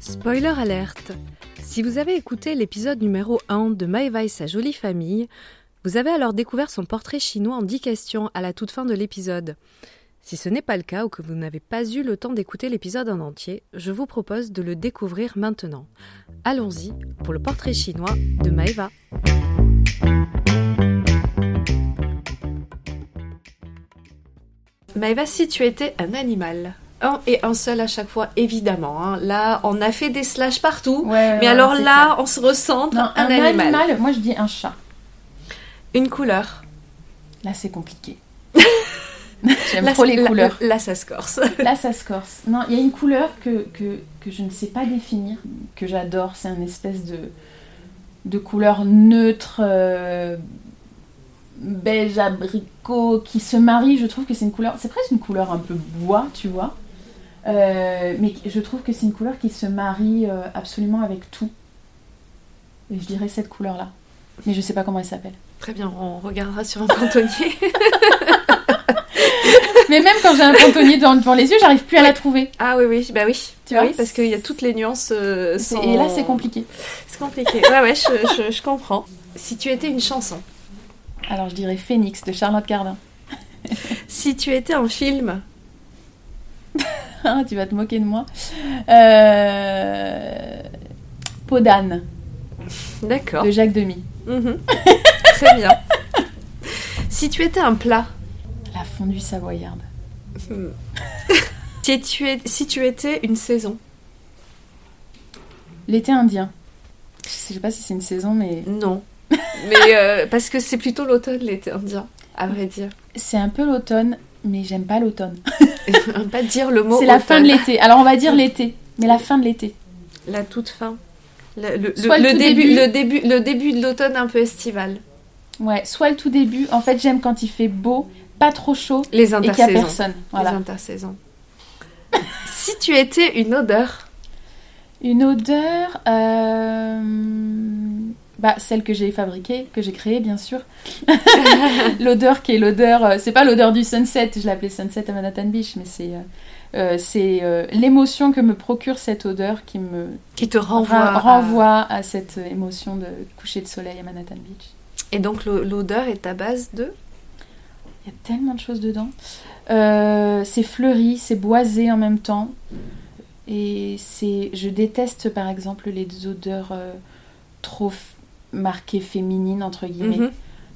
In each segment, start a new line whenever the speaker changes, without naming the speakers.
Spoiler alerte Si vous avez écouté l'épisode numéro 1 de Maeva et sa jolie famille, vous avez alors découvert son portrait chinois en 10 questions à la toute fin de l'épisode. Si ce n'est pas le cas ou que vous n'avez pas eu le temps d'écouter l'épisode en entier, je vous propose de le découvrir maintenant. Allons-y pour le portrait chinois de Maeva. Maeva, si tu étais un animal, un et un seul à chaque fois, évidemment. hein. Là, on a fait des slash partout.
Ouais,
mais
ouais,
alors
Euh, c'est
là,
clair.
on se recentre
Non, un, animal. moi je dis un chat.
Une couleur.
Là c'est compliqué. J'aime
Là,
trop
c'est-
les
là-
couleurs.
Là, ça se corse.
Là ça se corse. Non, il y a une couleur que, que, que je ne sais pas définir, que j'adore. C'est une espèce de, de couleur neutre, euh, beige abricot, qui se marie. Je trouve que c'est une couleur. C'est presque une couleur un peu bois, tu vois. Euh, mais je trouve que c'est une couleur qui se marie euh, absolument avec tout. Et je dirais cette couleur-là. Mais je sais pas comment elle s'appelle.
Très bien, on regardera sur un cantonnier.
Mais même quand j'ai un cantonnier devant, devant les yeux, j'arrive plus à la trouver.
ah oui, oui, bah oui.
Tu vois
Oui, parce qu'il y a toutes les nuances. euh,
C'est-
sont-
Et là, c'est compliqué.
C'est compliqué. Ouais, ouais, je, je- je comprends. Si tu étais une chanson,
Alors, je dirais Phoenix de Charlotte Cardin.
si tu étais un film,
Ah, tu vas te moquer de moi. Euh... Peau d'âne
d'accord.
de Jacques Demy.
Mhm. Très bien. Si tu étais un plat,
La fondue savoyarde.
si tu, es- si tu étais une saison,
L'été indien. Je sais pas si c'est une saison, mais
non. Mais euh, parce que c'est plutôt l'automne, l'été indien, à vrai dire.
c'est un peu l'automne, mais j'aime pas l'automne.
Pas dire le mot.
C'est la fin de
automne.
l'été. Alors, on va dire l'été, mais la fin de l'été.
La toute fin. Le, le-
Soit
le-
le
le
tout
début,
début.
le début, le début de l'automne un peu estival.
Ouais, soit le tout début. En fait, j'aime quand il fait beau, pas trop chaud
Les
et qu'il y a
intersaisons.
personne.
Les
Voilà.
intersaisons. si tu étais une odeur,
Une odeur, euh, bah, celle que j'ai fabriquée, que j'ai créée bien sûr. l'odeur qui est l'odeur, euh, c'est pas l'odeur du sunset, je l'appelais sunset à Manhattan Beach, mais c'est euh, euh, c'est euh, l'émotion que me procure cette odeur qui me
qui te renvoie.
ra-
à-
renvoie à... cette émotion de coucher de soleil à Manhattan Beach.
Et donc l'o- l'odeur est à base de.
Il y a tellement de choses dedans. Euh, c'est fleuri, c'est boisé en même temps. Et c'est, je déteste par exemple les odeurs euh, trop f- marquées féminines entre guillemets,
Mhm.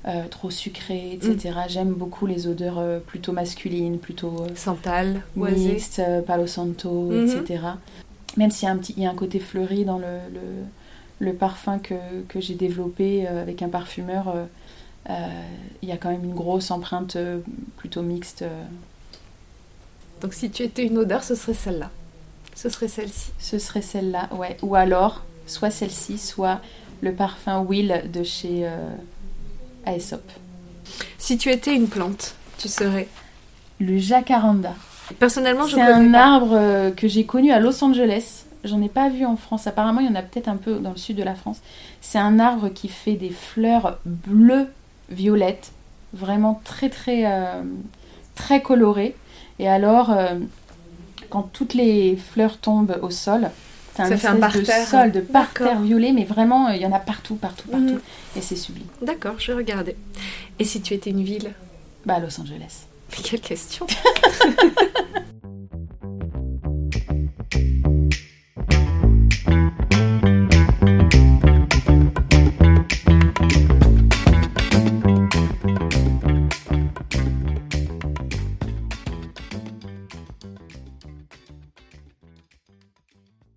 euh, trop sucrées, etc. J'aime beaucoup les odeurs euh, plutôt masculines, plutôt euh,
Santal, oisé.
mixtes, euh, Palo Santo,
Mhm.
etc. Même s'il y a un petit, il y a un côté fleuri dans le, le, le parfum que, que j'ai développé euh, avec un parfumeur, euh, euh, il y a quand même une grosse empreinte euh, plutôt mixte. euh.
Donc si tu étais une odeur, ce serait celle-là. Ce serait celle-ci.
ce serait celle-là, ouais. Ou alors, soit celle-ci, soit le parfum Will de chez euh, Aesop.
Si tu étais une plante, tu serais.
Le jacaranda.
Personnellement, je
C'est
connais
un
pas.
arbre euh, que j'ai connu à Los Angeles. J'en ai pas vu en France. Apparemment, il y en a peut-être un peu dans le sud de la France. C'est un arbre qui fait des fleurs bleues, violettes, vraiment très très euh, très colorées. Et alors, euh, quand toutes les fleurs tombent au sol, c'est un
Ça fait un
espèce de
parterre.
sol de parterre
D'accord.
violet, mais vraiment, euh, il y en a partout, partout, partout.
Mhm.
Et c'est sublime.
D'accord, je vais regarder. Et si tu étais une ville
Bah, à Los Angeles.
Mais quelle question